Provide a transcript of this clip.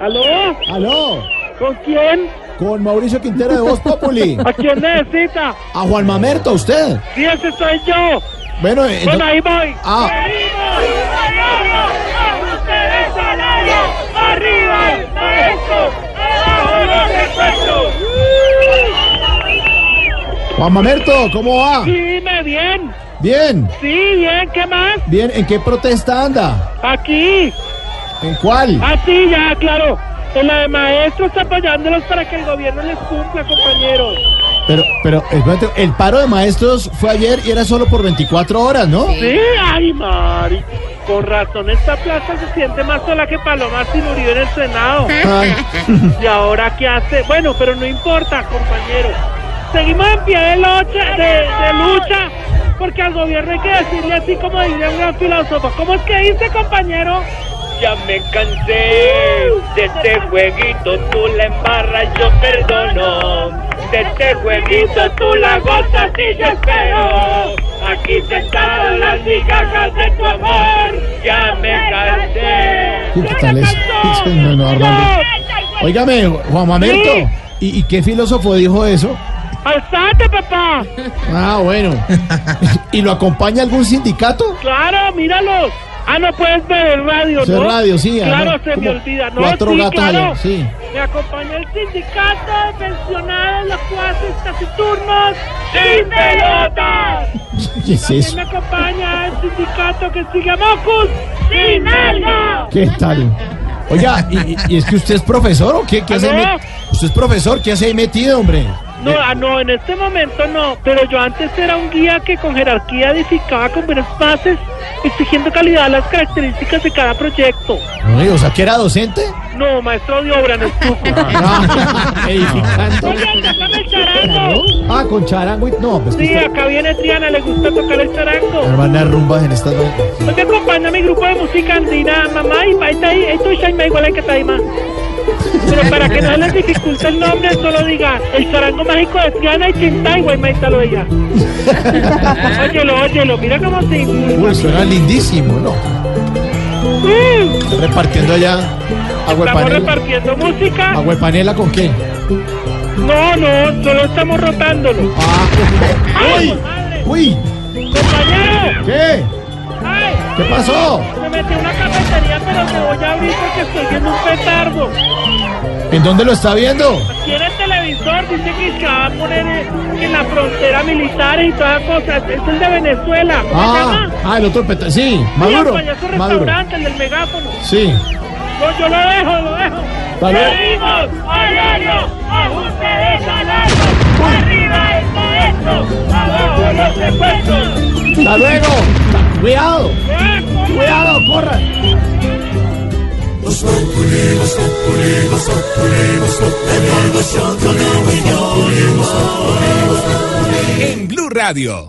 ¿Aló? Aló, ¿Con quién? con Mauricio Quintero de Voz Populi. ¿A quién necesita? A Juan Mamerto, usted. Si ese soy yo. Bueno, eh, Bueno, ento- ahí voy. Ah. ¡Arriba! ¡Ustedes al aire! ¡Arriba el maestro! ¡Abajo los expertos! Juan Mamerto, ¿cómo va? Dime bien. Bien, Sí, bien. ¿Qué más? bien, ¿en qué protesta anda? Aquí. ¿En cuál? Así ya, claro. En la de maestros apoyándolos para que el gobierno les cumpla, compañeros. Pero, pero, espérate, el paro de maestros fue ayer y era solo por 24 horas, ¿no? Sí, ay, Mari. Con razón, esta plaza se siente más sola que Paloma sin Uribe en el Senado. Ay, ¿Y ahora qué hace? Bueno, pero no importa, compañero. Seguimos en pie de lucha, de, de lucha, porque al gobierno hay que decirle así como diría un gran filósofo. ¿Cómo es que dice, compañero? Ya me cansé de este jueguito, tú la embarras, yo perdono. De este jueguito tú la gozas y yo espero. Aquí sentado las migajas de tu amor, ya me cansé. ¿Qué tal es? No, no, Armando. Óigame, Juan Mamerto, Sí. ¿y, y qué filósofo dijo eso? ¡Alzate, papá! Ah, bueno. ¿Y lo acompaña algún sindicato? Claro, míralos. Ah, no puedes ver el radio, Eso es ¿no? radio, sí, Claro, además, se me como olvida. No, cuatro sí, gatos claro. allá, sí. Me acompañó el sindicato de pensionados, los cuates taciturnos sin pelotas. ¿Qué es También eso? me acompaña el sindicato que sigue a Mocus sin algo. ¿Qué tal? Oiga, ¿y, y- y es que usted es profesor o qué? ¿Qué hace ahí ¿Aló? met- ¿Usted es profesor? ¿Qué hace ahí metido, hombre? No, ah, no, en este momento no. Pero yo antes era un guía que con jerarquía edificaba con buenas bases, exigiendo calidad a las características de cada proyecto. Ay, o sea, que era docente. No, maestro de obra, no estúpido. Ah, edificando. Oye, tócame el charango. Ah, con charango y... No, pues que Sí, usted- acá viene Triana, le gusta tocar el charango. Hermana de rumbas en estas... noches. Hoy me acompaña mi grupo de música andina, mamá y paita y esto ya me igual que taima. Pero para que no les dificulte el nombre, solo diga el charango mágico de Triana y Chintaiwa y maítalo ella. Óyelo, óyelo, mira cómo se ¡uh! inculca. Uy, suena lindísimo, ¿no? Mm, Repartiendo allá agua de Estamos panela. repartiendo música. ¿Agua de panela con qué? No, no, solo estamos rotándolo. Ah, ¡Ay, uy, madre! uy, ¡Compañero! ¿qué? ¡Ay! ¿Qué pasó? Me metí en una cafetería, pero me voy a abrir porque estoy viendo un petardo. ¿En dónde lo está viendo? Tiene el televisor, dice que se va a poner en, en la frontera militar y todas las cosas. Es el de Venezuela. ¿Cómo se Ah, llama? ah, el otro peta- Sí, Sí, el Maduro. payaso Maduro. restaurante, el del megáfono. Sí. No, yo lo dejo, lo dejo. Vale. ¡Seguimos! ¡Horario! ¡Ajuste de salario! ¡Arriba el maestro! ¡Abajo los repuestos! Hasta luego. Cuidado, ¡Ah, cómo! cuidado, corran. En Blue Radio.